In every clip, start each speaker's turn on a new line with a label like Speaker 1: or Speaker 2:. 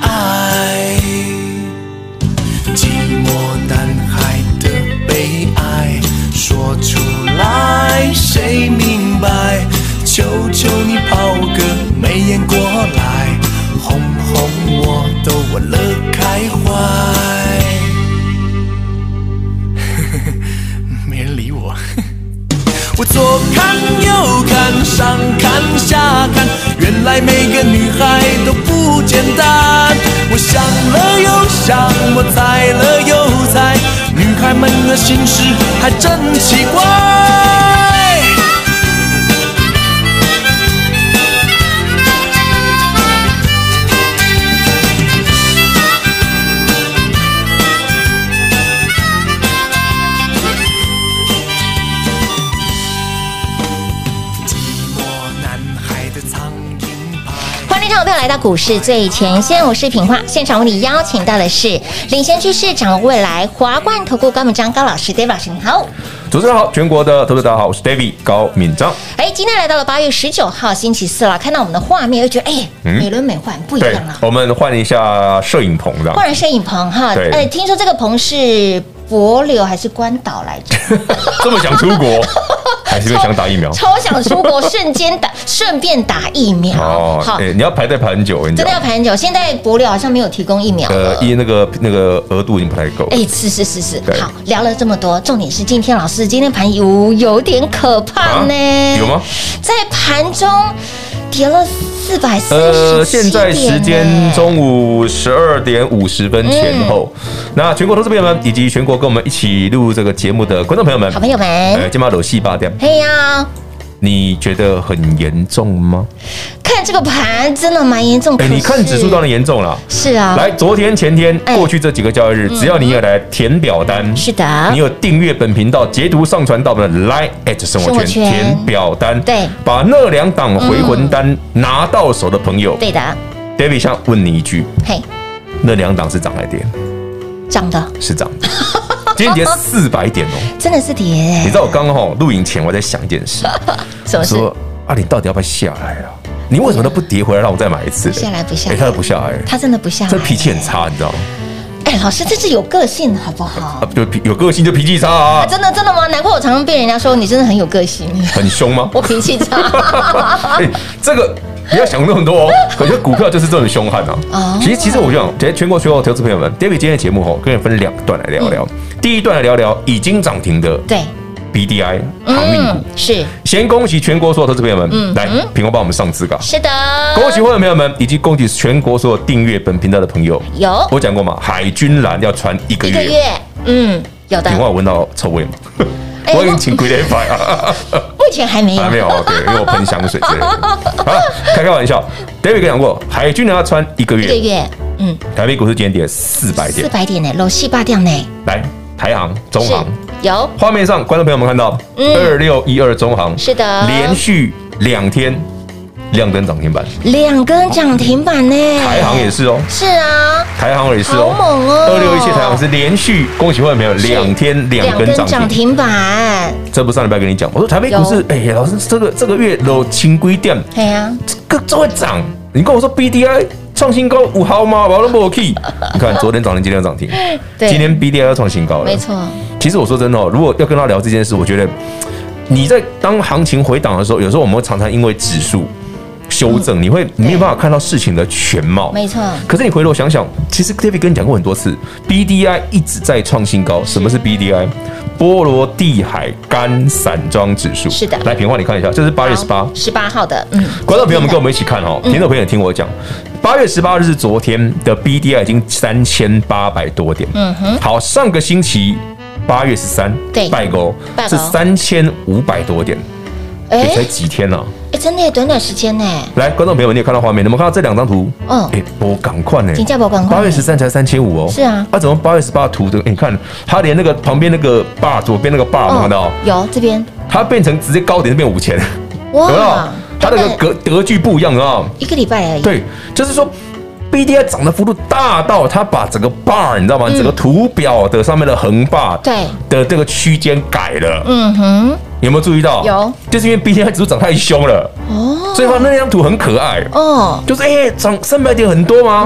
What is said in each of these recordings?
Speaker 1: 爱，寂寞男孩的悲哀，说出来谁明白？求求你抛个媚眼过来，哄哄我，逗我乐开怀。 没人理我。我左看右看，上看下看，原来每个女孩都不简单。我想了又想，我猜了又猜，女孩们的心事还真奇怪。寂寞男孩的苍蝇拍。
Speaker 2: 欢迎各位朋友来到股市最前线，我是品化，现场为你邀请到的是领先趋势、掌握未来华冠投顾高敏章高老师，David 老师，你好。
Speaker 3: 主持人好，全国的投资者大家好，我是 David 高敏章。
Speaker 2: 哎，今天来到了八月十九号星期四了，看到我们的画面又觉得哎，
Speaker 3: 嗯
Speaker 2: 美轮美奂，不一
Speaker 3: 对
Speaker 2: 样了，。啊
Speaker 3: 我们换一下摄影棚这样
Speaker 2: 忽。然摄影棚哈，
Speaker 3: 对
Speaker 2: 呃，听说这个棚是帛琉还是关岛来着？
Speaker 3: 这么想出 国，还是因为想打疫苗？
Speaker 2: 超想出国，瞬间 打，顺便打疫苗。好，
Speaker 3: 哎你要排队排很久，我跟你
Speaker 2: 真
Speaker 3: 讲
Speaker 2: 的，要排很久。现在帛琉好像没有提供疫苗了
Speaker 3: 呃，。因为那个那个额度已经不太够。
Speaker 2: 哎，是是是是，
Speaker 3: 对
Speaker 2: 好，聊了这么多，重点是今天老师今天盘有有点可怕呢、
Speaker 3: 啊有吗？
Speaker 2: 在盘中跌了四百四
Speaker 3: 呃，
Speaker 2: 十
Speaker 3: 现在时间中午十二点五十分前后，
Speaker 2: 嗯
Speaker 3: 那全国投资朋友们以及全国跟我们一起录这个节目的观众朋友们
Speaker 2: 好，朋友们，
Speaker 3: 呃，今晚有戏八点，
Speaker 2: 哎呀，
Speaker 3: 你觉得很严重吗？
Speaker 2: 看这个盘真的蛮严重。
Speaker 3: 哎，
Speaker 2: 可是
Speaker 3: 你看指数当然严重了。
Speaker 2: 是啊，
Speaker 3: 来，昨天、前天、
Speaker 2: 哎
Speaker 3: 过去这几个交易日，只要你有来填表单，
Speaker 2: 是的
Speaker 3: 你有订阅本频道，截图上传到我们的 Line at 生活
Speaker 2: 生活
Speaker 3: 圈
Speaker 2: 圈
Speaker 3: 填表单，
Speaker 2: 对
Speaker 3: 把那两档回魂单拿到手的朋友
Speaker 2: 对的，
Speaker 3: ，David 想问你一句：
Speaker 2: 嘿，
Speaker 3: 那两档是涨还是跌？
Speaker 2: 涨的
Speaker 3: 是涨的。今天跌四百点哦！
Speaker 2: 真的是跌、
Speaker 3: 你知道我刚刚哦录影前我在想一件 事，
Speaker 2: 什么
Speaker 3: 我
Speaker 2: 事？
Speaker 3: 说啊，你到底要不要下来啊？你为什么都不跌回来让我再买一次？
Speaker 2: 不下来不下来
Speaker 3: 哎，他都不下来，
Speaker 2: 他真的不下来，
Speaker 3: 这脾气很。差，你知道吗？
Speaker 2: 哎，老师，这是有个性好不好？
Speaker 3: 啊，就脾有个性就脾气 差啊，
Speaker 2: 真的真的吗？难怪我常常被人家说你真的很有个性，
Speaker 3: 很凶吗？
Speaker 2: 我脾气差。
Speaker 3: 哎，这个不要想那么多哦。我觉得股票就是这种凶悍
Speaker 2: 哦
Speaker 3: 啊。其实，其实我想，今天全国所有投资朋友们，David 今天的节目吼，跟你分两段来聊聊。第一段来聊聊已经涨停的
Speaker 2: 嗯对，嗯
Speaker 3: BDI 航运股。
Speaker 2: 是
Speaker 3: 先恭喜全国所有投资朋友们，来，苹果帮我们上字稿。
Speaker 2: 嗯是的，啊
Speaker 3: 恭喜会员朋友们，以及恭喜全国所有订阅本频道的朋友。
Speaker 2: 有
Speaker 3: 我讲过嘛，海军蓝要穿一个
Speaker 2: 一个
Speaker 3: 月。
Speaker 2: 月，嗯，有的
Speaker 3: 你，我有闻到臭味吗？
Speaker 2: 哎
Speaker 3: 我已经请鬼来摆啊。
Speaker 2: 目前还没有
Speaker 3: 还，没有，OK，因为我喷香水之 类的。好，开开玩笑，David 跟你讲过，海军人要穿一个
Speaker 2: 一个
Speaker 3: 月，
Speaker 2: 月，嗯，
Speaker 3: 台北股市今天跌四百
Speaker 2: 四
Speaker 3: 点，
Speaker 2: 百点呢，楼细八掉呢，
Speaker 3: 来，台航、中
Speaker 2: 是
Speaker 3: 航，
Speaker 2: 有，
Speaker 3: 画面上观众朋友们看到二六一二中航
Speaker 2: 是的
Speaker 3: 连续两天亮灯涨停板，
Speaker 2: 两根涨停板呢，
Speaker 3: 台航也，是哦。
Speaker 2: 是啊，
Speaker 3: 台航也是哦，
Speaker 2: 好猛哦
Speaker 3: 二六一七台航是连续恭喜会员朋友
Speaker 2: 是
Speaker 3: 两天两根涨停，
Speaker 2: 停板，
Speaker 3: 这不上礼拜跟你讲，我说台北股市，哎、老师这个这个月有轻规点，
Speaker 2: 哎呀，
Speaker 3: 这个就会涨。你跟我说 BDI 创新高五毫吗？我都 不 key。你看昨天涨停，今天又涨停，
Speaker 2: 对
Speaker 3: 今天 BDI 要创新高了。
Speaker 2: 没。错，
Speaker 3: 其实我说真的哦，如果要跟他聊这件事，我觉得你在当行情回档的时候，有时候我们会常常因为指数。修正，你会没有办法看到事情的全貌。
Speaker 2: 嗯没错
Speaker 3: 可是你回头想想，其实 David 跟你讲过很多次，BDI 一直在创新高。什么是 BDI？波罗的海干散装指数。
Speaker 2: 是的
Speaker 3: 来平话你看一下，这是八月十八。
Speaker 2: 十八号的，嗯，
Speaker 3: 观众朋友们跟我们一起看哦，听众朋友听我讲，八月十八日是昨天的 BDI 已经三千八百多点。嗯哼，好，上个星期八月十三，
Speaker 2: 对
Speaker 3: 拜沟
Speaker 2: 拜哦
Speaker 3: 是
Speaker 2: 沟
Speaker 3: 三千五百多点，也才
Speaker 2: 哎
Speaker 3: 几天呢、啊。
Speaker 2: 哎，真的耶短短时间呢，
Speaker 3: 来，观众朋友们，你有看到画面？你们看到这两张图？
Speaker 2: 嗯
Speaker 3: 哎，我赶快呢，
Speaker 2: 金价不赶快
Speaker 3: 八月十三才三千五哦。
Speaker 2: 是啊
Speaker 3: 啊，怎么八月十八图的？哎你看，它连那个旁边那个 bar，左边那个 bar，有没有看到？
Speaker 2: 哦有这边，
Speaker 3: 它变成直接高点就变五千，有没有？它那个
Speaker 2: 短短
Speaker 3: 格格局不一样啊。
Speaker 2: 一个礼拜而已，
Speaker 3: 对，就是说 B D I 涨的幅度大到它把整个 bar 你知道吗？整个图表的上面的横 bar
Speaker 2: 嗯对
Speaker 3: 的这个区间改了，
Speaker 2: 嗯哼，
Speaker 3: 有没有注意到？
Speaker 2: 有，
Speaker 3: 就是因为 B D I 指数涨太凶了，
Speaker 2: 哦
Speaker 3: 所以它那张图很可爱。
Speaker 2: 哦，
Speaker 3: 就是哎，涨三百点很多吗、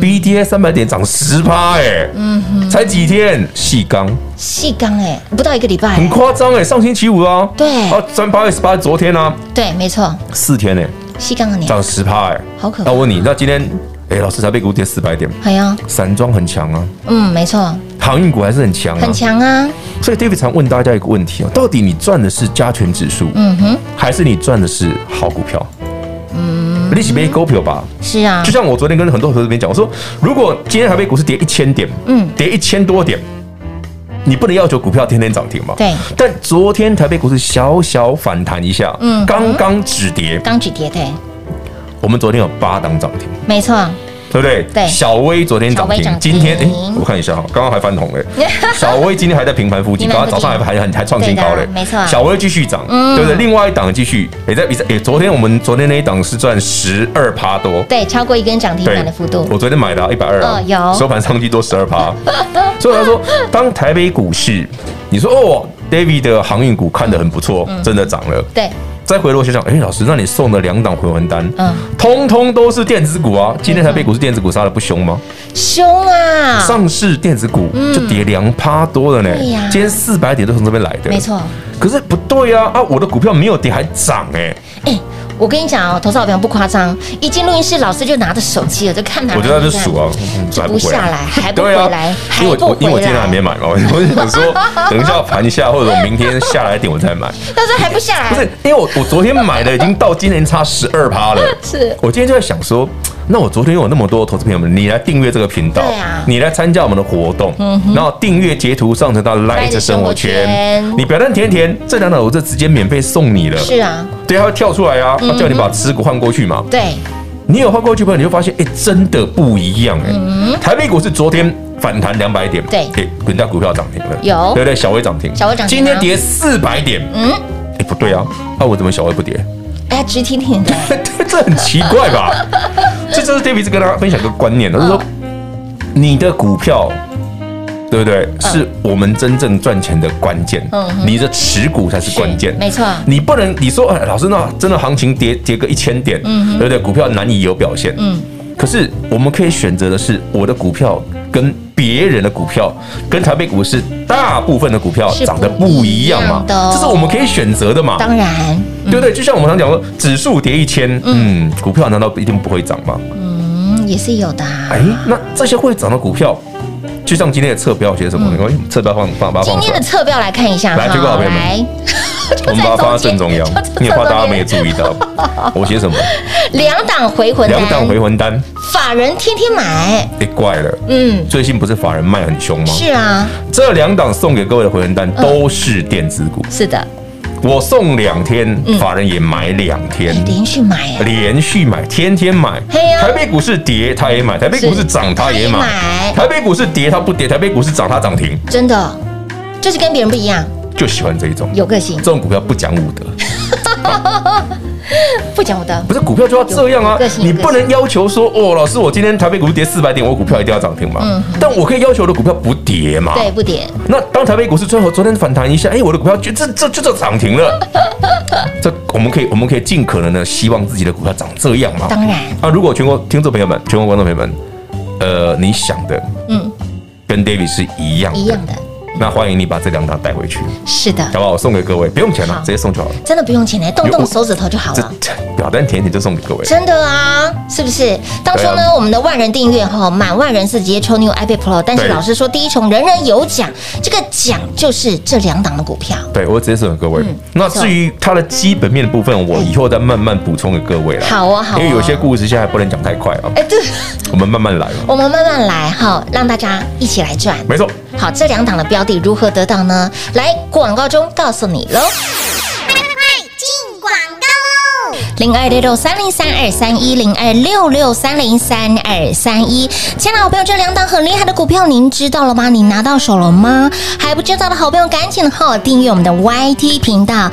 Speaker 3: b
Speaker 2: 嗯
Speaker 3: d I 三百点涨十趴哎，才几天，细刚
Speaker 2: 细刚哎，不到一个礼拜
Speaker 3: 很
Speaker 2: 耶，
Speaker 3: 夸张哎，上星期五啊，
Speaker 2: 对
Speaker 3: 啊，咱八月十八昨天啊，
Speaker 2: 对，没错，
Speaker 3: 四天哎，
Speaker 2: 细刚的年，
Speaker 3: 涨十趴哎，
Speaker 2: 好可怕
Speaker 3: 那我问你，那今天哎，老师才被股跌四百点，
Speaker 2: 哎呀，
Speaker 3: 散装很强啊，
Speaker 2: 嗯，没错，
Speaker 3: 航运股还是很强啊
Speaker 2: 很，强啊，
Speaker 3: 所以 David 常问大家一个问题啊，到底你赚的是加权指数，
Speaker 2: 嗯哼，
Speaker 3: 还是你赚的是好股票？嗯，你起没股票吧？
Speaker 2: 是啊
Speaker 3: 就，像我昨天跟很多投资人讲，我说如果今天台北股市跌一千点，
Speaker 2: 嗯
Speaker 3: 嗯，跌一千多点，你不能要求股票天天涨停嘛。
Speaker 2: 对
Speaker 3: 但昨天台北股市小小反弹一下，
Speaker 2: 嗯
Speaker 3: 嗯，刚刚止跌，
Speaker 2: 刚止跌对，
Speaker 3: 我们昨天有八档涨停，
Speaker 2: 没错，
Speaker 3: 对不对？
Speaker 2: 对
Speaker 3: 小微昨天涨
Speaker 2: 小微涨
Speaker 3: 停，
Speaker 2: 停
Speaker 3: 今天哎，我看一下哈，刚刚还翻红 哎，小微今天还在平盘附近，
Speaker 2: 平
Speaker 3: 刚
Speaker 2: 盘附近
Speaker 3: 刚早上还还还还创新高
Speaker 2: 对
Speaker 3: 嘞
Speaker 2: 的，没错
Speaker 3: 小微继续涨，
Speaker 2: 嗯
Speaker 3: 对不对？另外一档继续也在比赛，哎，昨天我们昨天那一档是赚十二趴多，
Speaker 2: 对，超过一根涨停
Speaker 3: 对，
Speaker 2: 板的幅度，
Speaker 3: 我昨天买的一百二啊
Speaker 2: 嗯，有
Speaker 3: 收盘上去多十二趴， 所以他说，当台北股市，你说哦，David 的航运股看得很不错，
Speaker 2: 嗯
Speaker 3: 真的涨了。
Speaker 2: 对，
Speaker 3: 再回头想想，哎，老师，那你送的两档回魂单，
Speaker 2: 嗯
Speaker 3: 通通都是电子股啊。今天台北股市电子股杀的不凶吗？
Speaker 2: 凶啊，
Speaker 3: 上市电子股就跌两趴多了呢
Speaker 2: 对呀。
Speaker 3: 今天四百点都从这边来的，
Speaker 2: 没。错。
Speaker 3: 可是不对啊，啊，我的股票没有跌还涨哎，
Speaker 2: 哎、我跟你讲哦，投资好朋友不夸张，一进录音室，老师就拿着手机了，就看哪
Speaker 3: 我就在那边数啊，
Speaker 2: 就不下来，还不
Speaker 3: 对
Speaker 2: 回
Speaker 3: 啊
Speaker 2: 来，，还
Speaker 3: 因为
Speaker 2: 不
Speaker 3: 我我因为我
Speaker 2: 回
Speaker 3: 今天还没
Speaker 2: 来，
Speaker 3: 买嘛，我就 想说等一下盘一下，或者我明天下来一点我再买。
Speaker 2: 但是还不下来，
Speaker 3: 不是，因为我我昨天买的已经到今年差十二趴了。
Speaker 2: 是
Speaker 3: 我今天就在想说，那我昨天有那么多投资朋友们，你来订阅这个频道
Speaker 2: 对啊，嗯
Speaker 3: 你来参加我们的活动，然后订阅截图上传到 Light 生
Speaker 2: 生活
Speaker 3: 活圈
Speaker 2: 圈，
Speaker 3: 你表单填填，这两档我就直接免费送你了。
Speaker 2: 是嗯啊，
Speaker 3: 对，它会跳出来啊，它叫你把持股换过去嘛。
Speaker 2: 对，
Speaker 3: 你有换过去朋友，你就发现，哎、真的不一样哎、台北股市昨天反弹两百点，
Speaker 2: 嗯对
Speaker 3: 哎人家股票涨停了，
Speaker 2: 有
Speaker 3: 对不对？小微涨停，
Speaker 2: 小微涨停啊
Speaker 3: 今天跌四百点，嗯，哎、不对啊，那、我怎么小微不跌？
Speaker 2: 哎，直挺挺 的，
Speaker 3: 这很奇怪吧？这就是 David 跟大家分享一个观念，就是说，
Speaker 2: 嗯
Speaker 3: 你的股票。对不对？是我们真正赚钱的关键
Speaker 2: 嗯，哼
Speaker 3: 你的持股才是关键
Speaker 2: 是。没错
Speaker 3: 你不能你说，哎，老师，那真的行情跌跌个一千点，对不对？股票难以有表现。
Speaker 2: 嗯
Speaker 3: 可是我们可以选择的是，我的股票跟别人的股票，跟台北股市大部分的股票
Speaker 2: 是
Speaker 3: 涨得
Speaker 2: 不
Speaker 3: 不一样
Speaker 2: 一
Speaker 3: 嘛
Speaker 2: 样的哦，
Speaker 3: 这是我们可以选择的嘛。
Speaker 2: 当然，
Speaker 3: 对不对？就像我们常讲说，指数跌一千，嗯，股票难道一定不会涨吗？
Speaker 2: 嗯，也是有的、啊。
Speaker 3: 哎，那这些会涨的股票，就像今天的侧标写什么？你看侧标放放把它
Speaker 2: 嗯今天
Speaker 3: 放出
Speaker 2: 的
Speaker 3: 来，
Speaker 2: 侧标来看一下
Speaker 3: 来
Speaker 2: 哈
Speaker 3: 结果好朋友们
Speaker 2: 来
Speaker 3: 我们把它放在正中央
Speaker 2: 就在中，间
Speaker 3: 你也怕大家没有注意到。 我写什么？
Speaker 2: 两档回魂
Speaker 3: 两档
Speaker 2: 单，
Speaker 3: 回魂单，
Speaker 2: 法人天天买，
Speaker 3: 哎，怪了，
Speaker 2: 嗯，
Speaker 3: 最近不是法人卖很凶吗？
Speaker 2: 是嗯啊，
Speaker 3: 这两档送给各位的回魂单都是电子股，
Speaker 2: 是的，
Speaker 3: 我送两天，
Speaker 2: 嗯
Speaker 3: 法人也买两天。
Speaker 2: 连续买啊，
Speaker 3: 连续买，天天买。
Speaker 2: 嘿呀
Speaker 3: 台北股市跌，他也买；台北股市涨，他也买
Speaker 2: 他也买。
Speaker 3: 台北股市跌，他不跌；台北股市涨，他涨停。
Speaker 2: 真的，就是跟别人不一样，
Speaker 3: 就喜欢这一种，
Speaker 2: 有个性
Speaker 3: 这，种股票不讲武德，
Speaker 2: 不讲我的，
Speaker 3: 不是股票就要这样啊
Speaker 2: 有个！性
Speaker 3: 你
Speaker 2: 有个性
Speaker 3: 不能要求说，哦，老师，我今天台北股市跌四百点，我股票一定要涨停嘛？但我可以要求我的股票不跌嘛？
Speaker 2: 对，不点，
Speaker 3: 那当台北股市最后昨天反弹一下，哎，我的股票就这这就这涨停了。这我们可以我们可以尽可能的希望自己的股票长这样嘛？
Speaker 2: 当然，
Speaker 3: 啊，如果全国听众朋友们、全国观众朋友们，呃，你想的，
Speaker 2: 嗯
Speaker 3: 嗯，跟 David 是一样的，
Speaker 2: 一样的，
Speaker 3: 那欢迎你把这两档带回去，
Speaker 2: 是的，
Speaker 3: 好不好？我送给各位，不用钱了，啊直接送就好了。
Speaker 2: 真的不用钱哎，动
Speaker 3: 有
Speaker 2: 动
Speaker 3: 我
Speaker 2: 手指头就好
Speaker 3: 这
Speaker 2: 了。
Speaker 3: 表单填一填就送给各位。
Speaker 2: 真的啊，是不是？当初
Speaker 3: 对
Speaker 2: 呢，
Speaker 3: 啊
Speaker 2: 我们的万人订阅哈，满万人是直接抽 New iPad Pro，但是
Speaker 3: 对
Speaker 2: 老师说第一重人人有奖，这个奖就是这两档的股票。
Speaker 3: 对，我直接送给各位。
Speaker 2: 嗯
Speaker 3: 那
Speaker 2: 没错
Speaker 3: 至于它的基本面的部分，我以后再慢慢补充给各位啦。
Speaker 2: 好啊好啊
Speaker 3: 因为有些故事现在不能讲太快啊，
Speaker 2: 哎，对，
Speaker 3: 我们慢慢来嘛。
Speaker 2: 我们慢慢来哈，让大家一起来赚。
Speaker 3: 没错，
Speaker 2: 好，这两档的标的如何得到呢？来，广告中告诉你喽。零二六六三零三二三一零二六六三零三二三一，亲爱的好朋友，这两档很厉害的股票，您知道了吗？你拿到手了吗？还不知道的好朋友，赶紧好订阅我们的 YT 频道。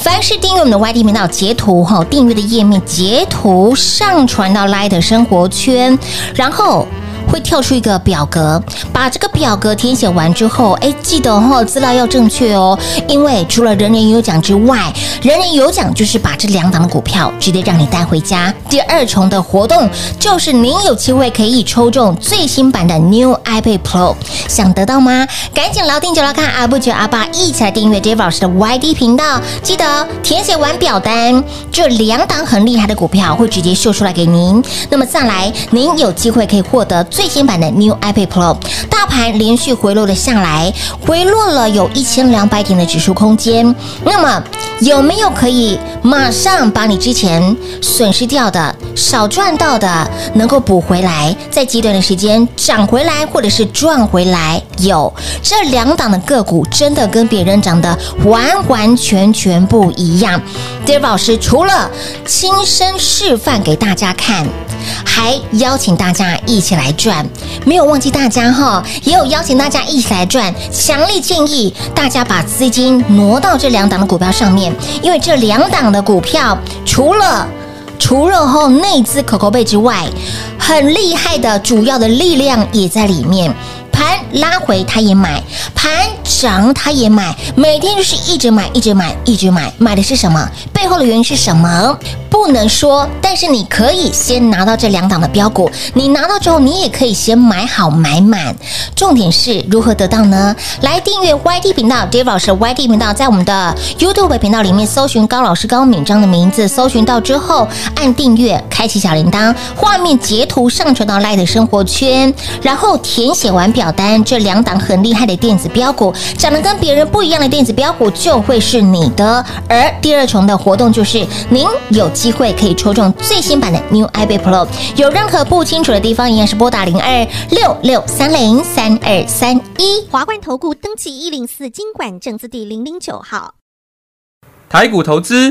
Speaker 2: 凡是订阅我们的 YT 频道，截图哈，订阅的页面截图上传到 Light 的生活圈，然后会跳出一个表格，把这个表格填写完之后，哎，记得哦，资料要正确哦，因为除了人人有奖之外，人人有奖就是把这两档的股票直接让你带回家。第二重的活动就是您有机会可以抽中最新版的 New iPad Pro，想得到吗？赶紧牢定九牢看阿布九阿爸一起来订阅 Dave 老师的 YD 频道，记得填写完表单，这两档很厉害的股票会直接秀出来给您。那么再来，您有机会可以获得最新版的 New iPad Pro。大盘连续回落了下来，回落了有一千两百点的指数空间。那么有没有可以马上把你之前损失掉的、少赚到的，能够补回来，在极短的时间涨回来或者是赚回来？有这两档的个股真的跟别人涨的完完全全不一样。Dear 老师除了亲身示范给大家看。还邀请大家一起来赚，没有忘记大家哈，也有邀请大家一起来赚。强烈建议大家把资金挪到这两档的股票上面，因为这两档的股票除了除了后内资口口贝之外，很厉害的主要的力量也在里面。盘拉回他也买，盘涨他也买，每天就是一直买，一直买，一直买，买的是什么？背后的原因是什么？不能说，但是你可以先拿到这两档的标股，你拿到之后，你也可以先买好买满。重点是如何得到呢？来订阅 YT 频道 d a v 老师的 YT 频道，在我们的 YouTube 频道里面搜寻高老师高敏章的名字，搜寻到之后按订阅，开启小铃铛，画面截图上传到 Light 的生活圈，然后填写完表单，这两档很厉害的电子标股，长得跟别人不一样的电子标股就会是你的。而第二重的活动就是您有机会可以抽中最新版的 New iPad Pro，有任何不清楚的地方，一样是拨打零二六六三零三二三一。
Speaker 4: 华冠投顾登记一零四经管证字第零零九号。
Speaker 5: 台股投资，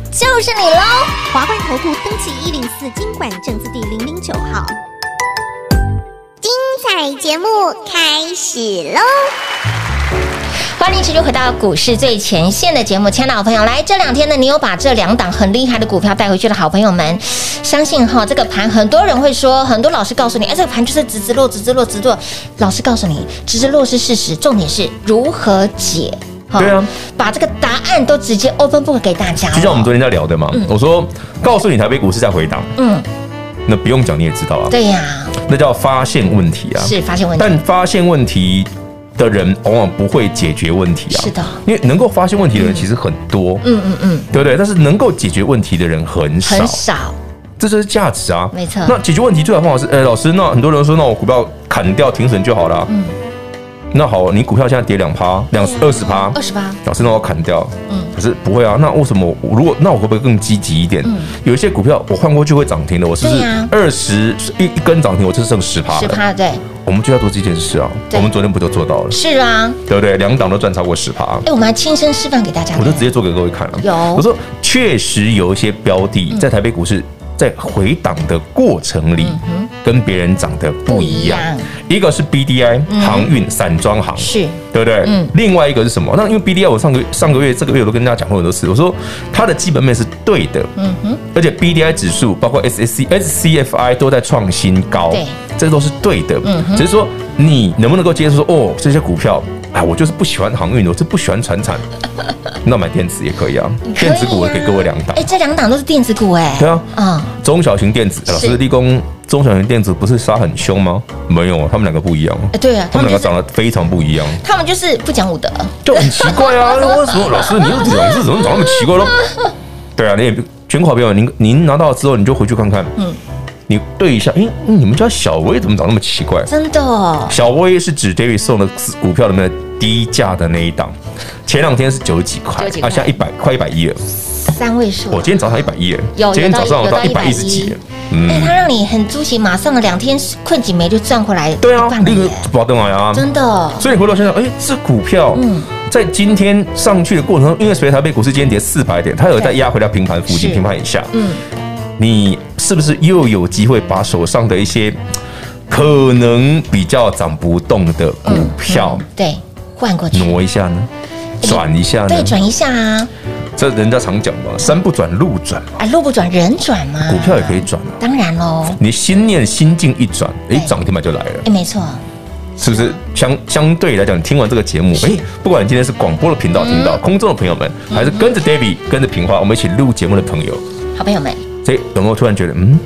Speaker 2: 就是你喽！
Speaker 4: 华冠投顾登记一零四经管证字第零零九号。精彩节目开始喽！
Speaker 2: 欢迎持续回到股市最前线的节目，亲爱的好朋友，来这两天呢，你有把这两档很厉害的股票带回去的好朋友们，相信哈这个盘，很多人会说，很多老师告诉你，哎，这个盘就是直直落，直直落，直直落。老师告诉你，直直落是事实，重点是如何解。哈
Speaker 3: 对啊，
Speaker 2: 把这个答案都直接 open book 给大家了。
Speaker 3: 就像我们昨天在聊的嘛，我说告诉你台北股市在回档，
Speaker 2: 嗯，
Speaker 3: 那不用讲你也知道啊，
Speaker 2: 对呀、
Speaker 3: 那叫发现问题啊。
Speaker 2: 是发现问题，
Speaker 3: 但发现问题的人往往不会解决问题啊。
Speaker 2: 是的，
Speaker 3: 因为能够发现问题的人其实很多，
Speaker 2: 嗯嗯嗯，
Speaker 3: 对不对？但是能够解决问题的人很少，
Speaker 2: 很少，
Speaker 3: 这就是价值啊。
Speaker 2: 没错
Speaker 3: 那解决问题最好的方法是，呃，老师，那很多人说，那我股票砍掉停损就好了。嗯。那好，你股票现在跌两趴，两二十趴，
Speaker 2: 二十八，
Speaker 3: 老师，那我砍掉。
Speaker 2: 啊嗯
Speaker 3: 可是不会啊，那为什么我？如果那我会不会更积极一点？有一些股票我换过去会涨停的，我是
Speaker 2: 嗯
Speaker 3: 不
Speaker 2: 对
Speaker 3: 是
Speaker 2: 啊
Speaker 3: 二十一一根涨停，我就剩十趴
Speaker 2: 十
Speaker 3: 了？
Speaker 2: 趴，对，
Speaker 3: 我们就要做这件事啊。
Speaker 2: 对
Speaker 3: 我们昨天不就做到了，
Speaker 2: 是啊，
Speaker 3: 对不对？两档都赚超过十趴。
Speaker 2: 哎，我们还亲身示范给大家看，
Speaker 3: 我就直接做给各位看了。
Speaker 2: 有嗯
Speaker 3: 我说确实有一些标的在台北股市在回档的过程里，跟别人涨得不一样
Speaker 2: 不一样。嗯
Speaker 3: 一个是 BDI 航运散装行，
Speaker 2: 是
Speaker 3: 对不对？
Speaker 2: 嗯
Speaker 3: 另外一个是什么？那因为 BDI 我上个上个月、这个月我都跟大家讲过很多次，我说它的基本面是对的，嗯哼，而且 BDI 指数包括 SSC、SCFI 都在创新高，
Speaker 2: 对，
Speaker 3: 这都是对的，嗯只是说你能不能够接受说，哦，这些股票。啊，我就是不喜欢航运，我就不喜欢船 产，那买电子也可以啊。电子股我
Speaker 2: 可以
Speaker 3: 给
Speaker 2: 啊
Speaker 3: 各位两档
Speaker 2: 哎，，这两档都是电子股，哎，
Speaker 3: 对啊
Speaker 2: 嗯，
Speaker 3: 中小型电子。老
Speaker 2: 是
Speaker 3: 师，立功中小型电子不是杀很凶吗？没有啊，他们两个不一样啊，
Speaker 2: 哎对啊，
Speaker 3: 他们两
Speaker 2: 就
Speaker 3: 个
Speaker 2: 是
Speaker 3: 长得非常不一样。
Speaker 2: 他们就是不讲武德，
Speaker 3: 就很奇怪 啊，为什么老师你又讲这怎么长那么奇怪咯？对啊，你也全考朋友，您您拿到之后你就回去看看，嗯，你对一下，哎、你们家小薇怎么长那么奇怪？
Speaker 2: 真的哦，
Speaker 3: 小薇是指 David 送的股票里面的低价的那一档，前两天是九十几块，
Speaker 2: 90几
Speaker 3: 啊，
Speaker 2: 块
Speaker 3: 现在一百快一百一了。
Speaker 2: 三位数，
Speaker 3: 我今天早上一百一了，
Speaker 2: 有
Speaker 3: 今天早上我
Speaker 2: 有到
Speaker 3: 到
Speaker 2: 有
Speaker 3: 一
Speaker 2: 到
Speaker 3: 百一十几
Speaker 2: 110，哎，
Speaker 3: 了嗯，
Speaker 2: 他让你很猪醒，马上两天困几枚就赚回来，
Speaker 3: 对啊
Speaker 2: 一半，了
Speaker 3: 那个
Speaker 2: 耶
Speaker 3: 保登来啊，
Speaker 2: 真的，
Speaker 3: 所以你回头想想，哎、这股票，
Speaker 2: 嗯
Speaker 3: 在今天上去的过程中，因为随着台北股市今天跌四百点，它有在压回到平盘附近、
Speaker 2: 是
Speaker 3: 平盘以下，
Speaker 2: 嗯，
Speaker 3: 你是不是又有机会把手上的一些可能比较涨不动的股票
Speaker 2: 对，换过去，
Speaker 3: 挪一下呢？转一下
Speaker 2: 对，嗯
Speaker 3: 呢？
Speaker 2: 哎转一下啊，
Speaker 3: 这人家常讲嘛，山不转路转嘛，
Speaker 2: 啊，路不转人转嘛，
Speaker 3: 股票也可以，转啊。
Speaker 2: 当然喽，
Speaker 3: 你心念心境一转，哎
Speaker 2: 对，
Speaker 3: 涨停板就来了。
Speaker 2: 哎，没错，
Speaker 3: 是不是相相对来讲，你听完这个节目，哎、不管你今天是广播的频道听到，空中的朋友们，还是跟着 David、跟着平花，我们一起录节目的朋友，
Speaker 2: 好朋友们。
Speaker 3: 这有没有突然觉得，嗯，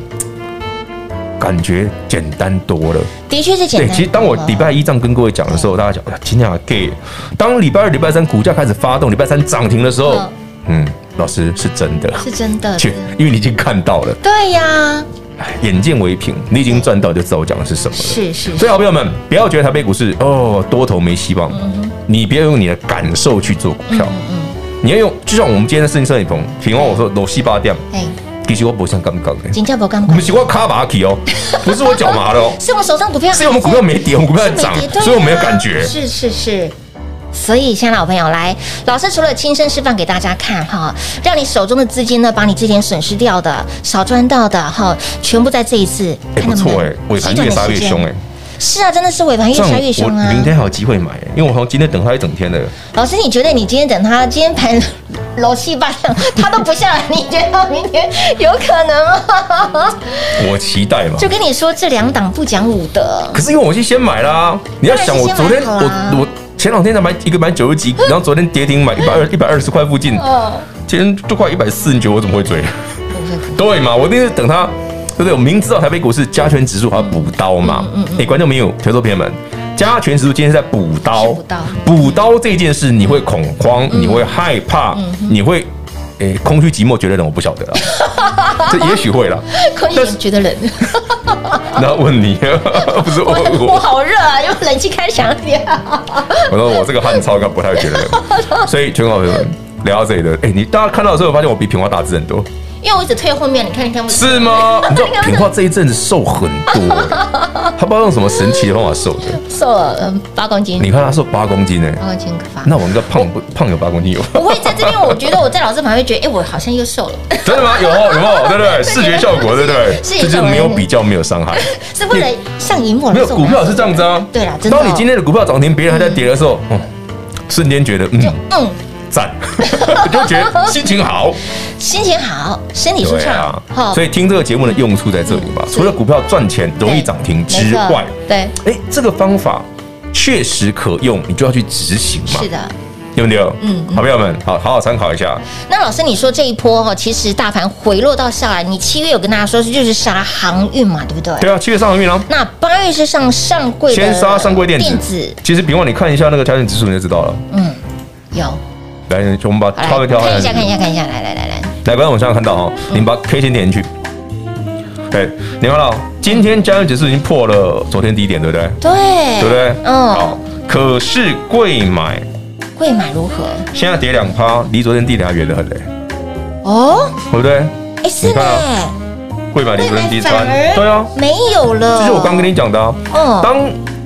Speaker 3: 感觉简单多了？
Speaker 2: 的确是简单。
Speaker 3: 对，哎
Speaker 2: 嗯
Speaker 3: 其实当我礼拜一这样跟各位讲的时候，大家讲，哎呀，天啊，gay！当礼拜二、礼拜三股价开始发动，礼拜三涨停的时候，嗯，老师是真的，
Speaker 2: 是真的，
Speaker 3: 去，因为你已经看到了，
Speaker 2: 对呀，
Speaker 3: 哎眼见为凭，你已经赚到，就知道我讲的是什么了。
Speaker 2: 是是，
Speaker 3: 所以，好朋友们，不要觉得台北股市哦多头没希望，你不要用你的感受去做股票，
Speaker 2: 嗯
Speaker 3: 你要用就像我们今天的事情摄影棚，平安我说楼西八店，
Speaker 2: 哎，
Speaker 3: 其实我不像刚刚 的，
Speaker 2: 金价不干
Speaker 3: 我
Speaker 2: 管
Speaker 3: 们，是我卡马起哦，不是我脚 麻了哦，
Speaker 2: 是我手上股票，
Speaker 3: 是因为我们股票没跌，我们股票在
Speaker 2: 是没
Speaker 3: 涨
Speaker 2: 跌对，啊
Speaker 3: 所以我没有感觉。
Speaker 2: 是是是。所以，亲爱的老朋友，来，老师除了亲身示范给大家看哈，让你手中的资金呢，把你之前损失掉的、少赚到的哈，全部在这一次，
Speaker 3: 哎，
Speaker 2: 看
Speaker 3: 不
Speaker 2: 能不
Speaker 3: 错哎
Speaker 2: 能，
Speaker 3: 尾盘越杀越凶哎，
Speaker 2: 是啊，真的是尾盘越
Speaker 3: 这样
Speaker 2: 杀越凶
Speaker 3: 我
Speaker 2: 啊
Speaker 3: 明！天还有机会买哎，因为我好像今天等他一整天的，
Speaker 2: 老师，你觉得你今天等他今天盘楼气 霸量，他都不下来，你觉得他明天有可能吗？
Speaker 3: 我期待嘛
Speaker 2: 就。跟你说，这两档不讲武德，
Speaker 3: 可是因为我是先买啦，你要想我昨天
Speaker 2: 当然是先买好啊啦
Speaker 3: 我我前两天才买一个买九十几，然后昨天跌停买一百二一百二十块附近，
Speaker 2: 哦，
Speaker 3: 今天都快一百四，你觉得我怎么会追？
Speaker 2: 不会不会，
Speaker 3: 对嘛，我一定是等它，对不对？我明知道台北股市加权指数还要补刀
Speaker 2: 嗯
Speaker 3: 嘛。哎，观众朋友、投资者朋友们，加权指数今天是在补刀
Speaker 2: 是补刀，嗯
Speaker 3: 补刀这件事，你会恐慌，你会害怕，你会。哎，空虚寂寞觉得冷，我不晓 得啦，这也许会啦。
Speaker 2: 可以
Speaker 3: 但是
Speaker 2: 觉得冷，
Speaker 3: 那问你， 不是我
Speaker 2: 我我好热啊，用冷气开强一 点。
Speaker 3: 我说我这个汗超高，不太觉得 冷。所以全国朋友们聊到这里的，哎、你大家看到的时候，发现我比平花大只很多，
Speaker 2: 因为我一直退后面，你看你看我
Speaker 3: 是吗？你知 道平花这一阵子瘦很多、哎她不知道用什么神奇的方法瘦的。
Speaker 2: 瘦了嗯八公斤，
Speaker 3: 你看她瘦八公斤哎、
Speaker 2: 八公斤可 怕。
Speaker 3: 那我们这胖 不胖有八公斤有？
Speaker 2: 我会在这边，我觉得我在老师旁边觉得，哎，我好像又瘦 了，
Speaker 3: 真的吗？有哦有哦，对不对？视觉效果对不对？
Speaker 2: 是是
Speaker 3: 这就是没有比较，没有伤害。
Speaker 2: 是为了上荧幕而
Speaker 3: 没有
Speaker 2: 瘦
Speaker 3: 股
Speaker 2: 的
Speaker 3: 票是这样子啊。
Speaker 2: 对啦真的哦
Speaker 3: 当你今天的股票涨停，别人还在跌的时候，嗯，瞬间觉得嗯
Speaker 2: 嗯，
Speaker 3: 赞，就觉得心情好。
Speaker 2: 心情好，身体舒
Speaker 3: 对
Speaker 2: 畅
Speaker 3: 啊，，
Speaker 2: 好
Speaker 3: 所以听这个节目的用处在这里吧。除了股票赚钱容易涨停之外，
Speaker 2: 对，
Speaker 3: 哎，这个方法确实可用，你就要去执行嘛
Speaker 2: 是。的，
Speaker 3: 对不对？
Speaker 2: 嗯嗯
Speaker 3: 好朋友们，好好好参考一下。
Speaker 2: 那老师，你说这一波哈，其实大盘回落到下来，你七月有跟大家说就是杀航运嘛，对不对？
Speaker 3: 对啊，七月上航运啊，
Speaker 2: 那八月是上上柜的
Speaker 3: 先杀上柜电子。
Speaker 2: 电子
Speaker 3: 其实别忘你看一下那个调整指数你就知道了。
Speaker 2: 嗯，有。
Speaker 3: 来，我们把
Speaker 2: 嗯好
Speaker 3: 稍
Speaker 2: 来
Speaker 3: 微调
Speaker 2: 看一下，
Speaker 3: 来
Speaker 2: 看一下，嗯看一下，来来来来，
Speaker 3: 来，观众现在看到哦，你们把 K 线点进去。对，你看到今天加权指数已经破了昨天低点，对不对？
Speaker 2: 对
Speaker 3: 对不对？
Speaker 2: 嗯
Speaker 3: 好，，可是贵买
Speaker 2: 贵买如何？
Speaker 3: 现在跌两趴，离昨天低点还远得很嘞，
Speaker 2: 哦，
Speaker 3: 对不对？
Speaker 2: 哎是
Speaker 3: 你
Speaker 2: 呢
Speaker 3: 看，啊贵买
Speaker 2: 贵
Speaker 3: 离昨
Speaker 2: 买
Speaker 3: 天低
Speaker 2: 反
Speaker 3: 三
Speaker 2: 而，
Speaker 3: 对啊，
Speaker 2: 没有了。
Speaker 3: 这是我刚跟你讲的啊。
Speaker 2: 嗯
Speaker 3: 当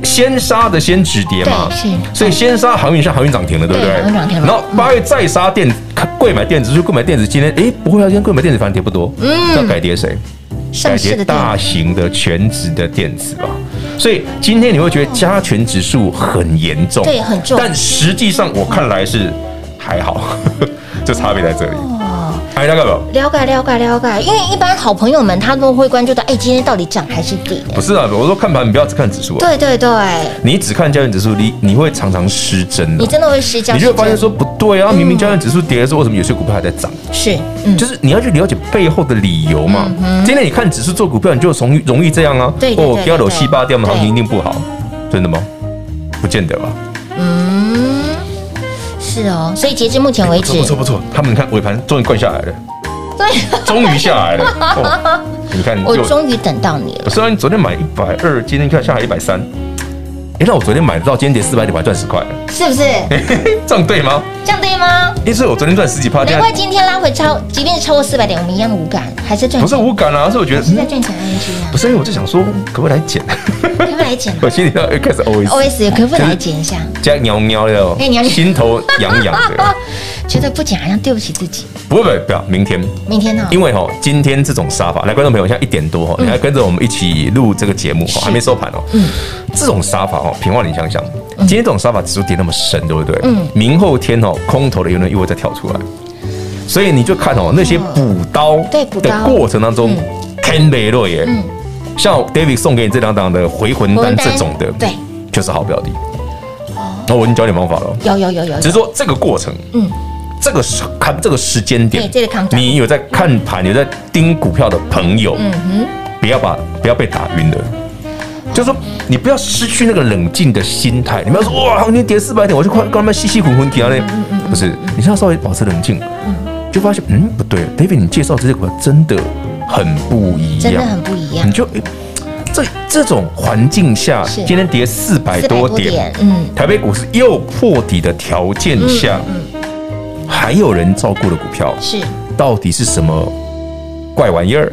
Speaker 3: 先杀的先止跌嘛
Speaker 2: 对，是
Speaker 3: 所以先杀航运，像航运涨停了，对不对
Speaker 2: 对航运涨停？了嗯
Speaker 3: 然后八月再杀电，贵买电子，就贵买电子今天哎不会啊，今天贵买电子反正跌不多，
Speaker 2: 嗯
Speaker 3: 要改跌谁？
Speaker 2: 上
Speaker 3: 改
Speaker 2: 市
Speaker 3: 跌
Speaker 2: 的电
Speaker 3: 大
Speaker 2: 子
Speaker 3: 型的全值的电子吧。所以今天你会觉得加权指数很严重，
Speaker 2: 对很重
Speaker 3: 但实际上我看来是还好， 这差别在这里。
Speaker 2: 哦，
Speaker 3: 还有那个
Speaker 2: 了解了解了解，因为一般好朋友们他都会关注到，哎，今天到底涨还是跌？
Speaker 3: 不是啊，我说看盘你不要只看指数啊，
Speaker 2: 对对对，
Speaker 3: 你只看加权指数，你你会常常失真啊的
Speaker 2: 你。真的会失焦，
Speaker 3: 你就会发现
Speaker 2: 失焦
Speaker 3: 说不对啊，明明交易指数跌的时候，为什么有些股票还在涨？
Speaker 2: 是，嗯，
Speaker 3: 就是你要去了解背后的理由嘛。今天你看指数做股票，你就容易容易这样啊。
Speaker 2: 对对对
Speaker 3: 哦，
Speaker 2: 对
Speaker 3: 不要裸戏八掉，我们
Speaker 2: 对
Speaker 3: 行情一定不好，真的吗？不见得吧。
Speaker 2: 嗯，是哦，所以截至目前为止，
Speaker 3: 不错不错，他们你看尾盘终于灌下 来了，
Speaker 2: 对，
Speaker 3: 终于下来了。哦，你看
Speaker 2: 我
Speaker 3: 又
Speaker 2: 终于等到你了，
Speaker 3: 虽然昨天买一百二，今天看下来一百三。哎，那我昨天买得到，今天跌四百点，我还赚十 块，
Speaker 2: 是不是？
Speaker 3: 这样对吗？
Speaker 2: 这样对吗？
Speaker 3: 因为所以我昨天赚十几趴，今
Speaker 2: 难
Speaker 3: 天
Speaker 2: 怪今天拉回超，即便是超过四百点，我们一样无感，还是赚
Speaker 3: 不是
Speaker 2: 钱，
Speaker 3: 无感啊，而是我觉得
Speaker 2: 还是在
Speaker 3: 嗯
Speaker 2: 赚钱 ING 啊
Speaker 3: 不，是，因为我就想说，可不可以来捡？
Speaker 2: 可不可以来减
Speaker 3: 我心里要开始哦 OS，
Speaker 2: ？OS 可不可以来减一下？
Speaker 3: 加喵喵的哦
Speaker 2: 哦哎喵，喵
Speaker 3: 心头痒痒 的。
Speaker 2: 觉得不减好像对不起自己。
Speaker 3: 不会不会，不要，明天，
Speaker 2: 明天呢？
Speaker 3: 因为哈，今天这种杀法，来，观众朋友，现在一点多哈，你还跟着我们一起录这个节目
Speaker 2: 嗯是
Speaker 3: 哈，还没收盘哦。
Speaker 2: 嗯
Speaker 3: 这种杀法哦，平话你想想，今天这种杀法指数跌那么深，对不对？
Speaker 2: 嗯
Speaker 3: 明后天哦，空头的言论又会再跳出来，所以你就看哦，那些补刀
Speaker 2: 嗯对补刀
Speaker 3: 的过程当中，天雷落耶。
Speaker 2: 嗯
Speaker 3: 像 David 送给你这两档的回魂
Speaker 2: 回
Speaker 3: 丹
Speaker 2: 魂丹
Speaker 3: 这种的，
Speaker 2: 对，
Speaker 3: 就是好标的。那我已经教你方法了哦，
Speaker 2: 有有有有有，
Speaker 3: 只是说这个过程，
Speaker 2: 嗯，
Speaker 3: 这个时看这个时间点，
Speaker 2: 对这个看法
Speaker 3: 你有在看盘、有在盯股票的朋友，
Speaker 2: 嗯哼，
Speaker 3: 不要把不要被打晕了。就是说，你不要失去那个冷静的心态。你不要说哇，今天跌四百点，我就快跟他们稀稀混混跌
Speaker 2: 嗯
Speaker 3: 了。不是，你现在稍微保持冷静，就发现嗯不对，David，你介绍这些股票真的很不一样，
Speaker 2: 真的很不一样
Speaker 3: 你，就诶这这种环境下，
Speaker 2: 是
Speaker 3: 今天跌四百
Speaker 2: 400
Speaker 3: 多点，
Speaker 2: 嗯，
Speaker 3: 台北股市又破底的条件下，
Speaker 2: 嗯
Speaker 3: 还有人照顾的股票，
Speaker 2: 是，
Speaker 3: 到底是什么怪玩 意儿？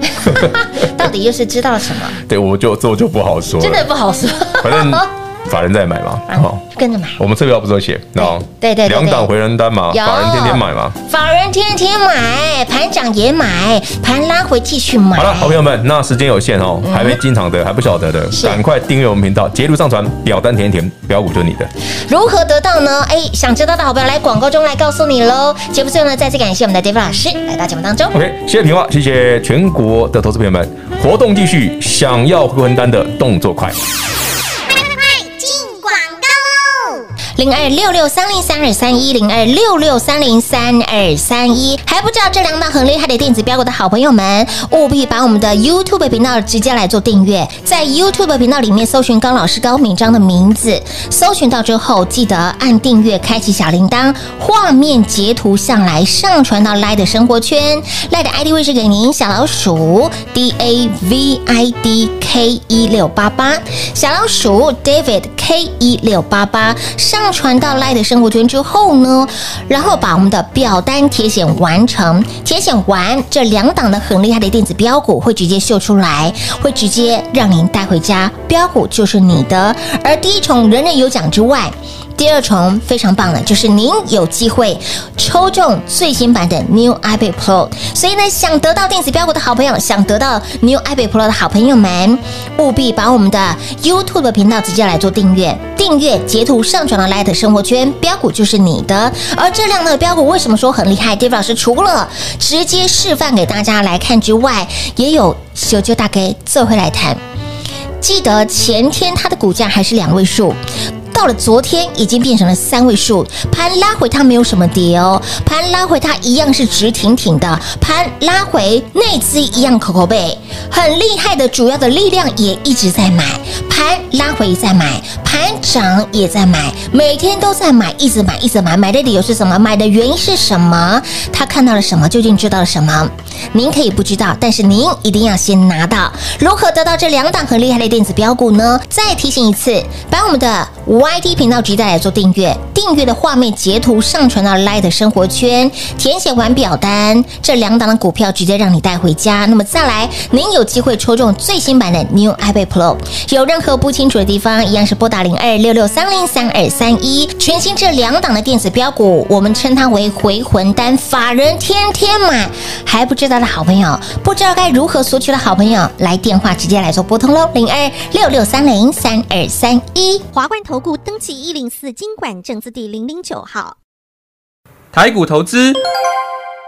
Speaker 2: 到底又是知道什么？
Speaker 3: 对我就这我就不好说了，
Speaker 2: 真的不 好说，
Speaker 3: 反正哦法人在买 嘛，好，
Speaker 2: 跟着买。
Speaker 3: 我们这标不是有写，然后
Speaker 2: 对对对对
Speaker 3: 两档回人单嘛，
Speaker 2: 有
Speaker 3: 法人天天买嘛。
Speaker 2: 法人天天买，盘涨也买，盘拉回继续买。
Speaker 3: 好了，好朋友们，那时间有限哦，还没进场的，还不晓得的，
Speaker 2: 嗯是
Speaker 3: 赶快订阅我们频道，截图上传，表单填一填，标股就是你的。
Speaker 2: 如何得到呢？哎，想知道的好朋友来广告中来告诉你喽。节目最后呢，再次感谢我们的 David 老师来到节目当中。
Speaker 3: OK，谢谢平话，谢谢全国的投资朋友们，活动继续，想要回魂丹的动作快。
Speaker 2: 零二六六三零三二三一零二六六三零三二三一，还不知道这两档很厉害的电子标股的好朋友们，务必把我们的 YouTube 频道直接来做订阅，在 YouTube 频道里面搜寻高老师高敏章的名字，搜寻到之后记得按订阅，开启小铃铛，画面截图下来上传到 Line 的生活圈，Line 的 ID 位置给您小老鼠 D A V I D K 一六八八，小老鼠 David K 一六八八上传到 Line 的生活圈之后呢，然后把我们的表单填写完成，填写完这两档的很厉害的电子标股会直接秀出来，会直接让您带回家，标股就是你的。而第一重人人有奖之外。第二重非常棒的，就是您有机会抽中最新版的 New iPad Pro，所以呢，想得到电子标股的好朋友，想得到 New iPad Pro 的好朋友们，务必把我们的 YouTube 频道直接来做订阅，订阅截图上传到 Light 生活圈，标股就是你的。而这两的标股为什么说很厉害？Dave 老师除了直接示范给大家来看之外，也有小舅大概做回来谈。记得前天它的股价还是两位数，到了昨天已经变成了三位数，盘拉回它没有什么跌哦，盘拉回它一样是直挺挺的，盘拉回内资一样口口背，很厉害的主要的力量也一直在买，盘拉回也在买，盘涨也在买，每天都在买，一直买一直买，买的理由是什么？买的原因是什么？他看到了什么？究竟知道了什么？您可以不知道，但是您一定要先拿到。如何得到这两档很厉害的电子标股呢？再提醒一次，把我们的 YT 频道直接来做订阅，订阅的画面截图上传到 Light 生活圈，填写完表单，这两档的股票直接让你带回家。那么再来，您有机会抽中最新版的 New iPad Pro。有任何不清楚的地方，一样是拨打零二六六三零三二三一。全新这两档的电子标股，我们称它为回魂丹，法人天天买，还不知道的好朋友，不知道该如何索取的好朋友，来电话直接来做拨通喽，零二六六三零三二三一。
Speaker 4: 华冠投顾登记一零四经管证字第零零九号。
Speaker 5: 台股投资，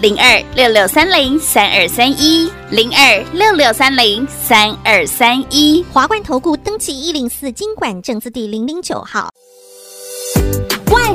Speaker 6: 零二六六三零三二三一零二六六三零三二三一。
Speaker 4: 华冠投顾登记一零四经管证字第零零九号。
Speaker 2: 万